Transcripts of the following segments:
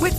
With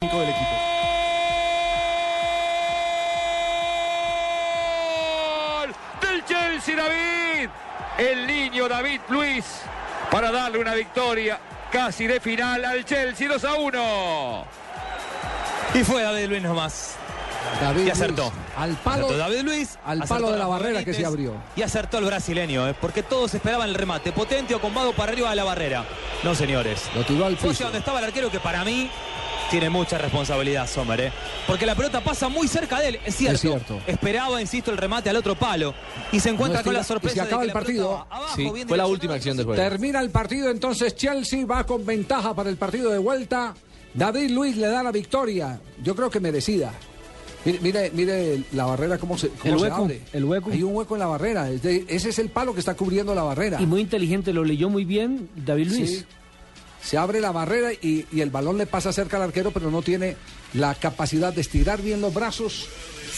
del equipo. ¡Gol del Chelsea David! El niño David Luis para darle una victoria casi de final al Chelsea 2 a 1. Y fue David Luis nomás. David y acertó. Luiz, al palo, Acertó David Luis. al acertó palo de la Rafa barrera que Benítez se abrió. Y acertó el brasileño, eh, porque todos esperaban el remate potente o combado para arriba de la barrera. No, señores. Lo tiró al Fue hacia piso. donde estaba el arquero que para mí tiene mucha responsabilidad Sommer, eh, porque la pelota pasa muy cerca de él, es cierto. Es cierto. Esperaba, insisto, el remate al otro palo y se encuentra No con estira- la sorpresa y se acaba de el que la partido. pelota va abajo, Sí, bien fue la direccionada, última acción del juego. Termina el partido, entonces Chelsea va con ventaja para el partido de vuelta. David Luis le da la victoria, yo creo que merecida. Mire, mire, mire la barrera cómo se, cómo El se hueco, abre. el hueco. Hay un hueco en la barrera. es de- Ese es el palo que está cubriendo la barrera. Y muy inteligente, lo leyó muy bien David Luis. Sí. Se abre la barrera y, y el balón le pasa cerca al arquero, pero no tiene la capacidad de estirar bien los brazos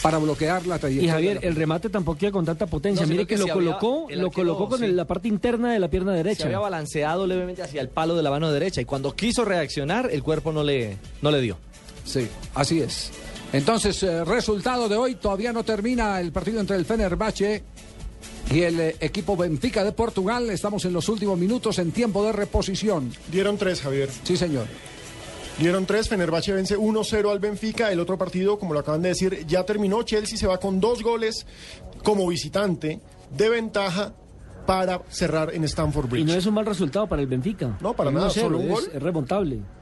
para bloquear la Y trayectoria. Javier, de la- el remate tampoco iba con tanta potencia. No, Mire sino que, que lo se había- colocó, el lo arquero, colocó con sí. el- la parte interna de la pierna Se había derecha. balanceado levemente hacia el palo de la mano derecha y cuando quiso reaccionar, el cuerpo no le, no le dio. Sí, así es. Entonces, eh, resultado de hoy, todavía no termina el partido entre el Fenerbahce y el eh, equipo Benfica de Portugal. Estamos en los últimos minutos en tiempo de reposición. Dieron tres, Javier. Sí, señor. Dieron tres. Fenerbahce vence 1-0 al Benfica. El otro partido, como lo acaban de decir, ya terminó. Chelsea se va con dos goles como visitante de ventaja para cerrar en Stamford Y Bridge. no es un mal resultado para el Benfica. No, para El nada, 1-0, solo un es- gol. Es remontable.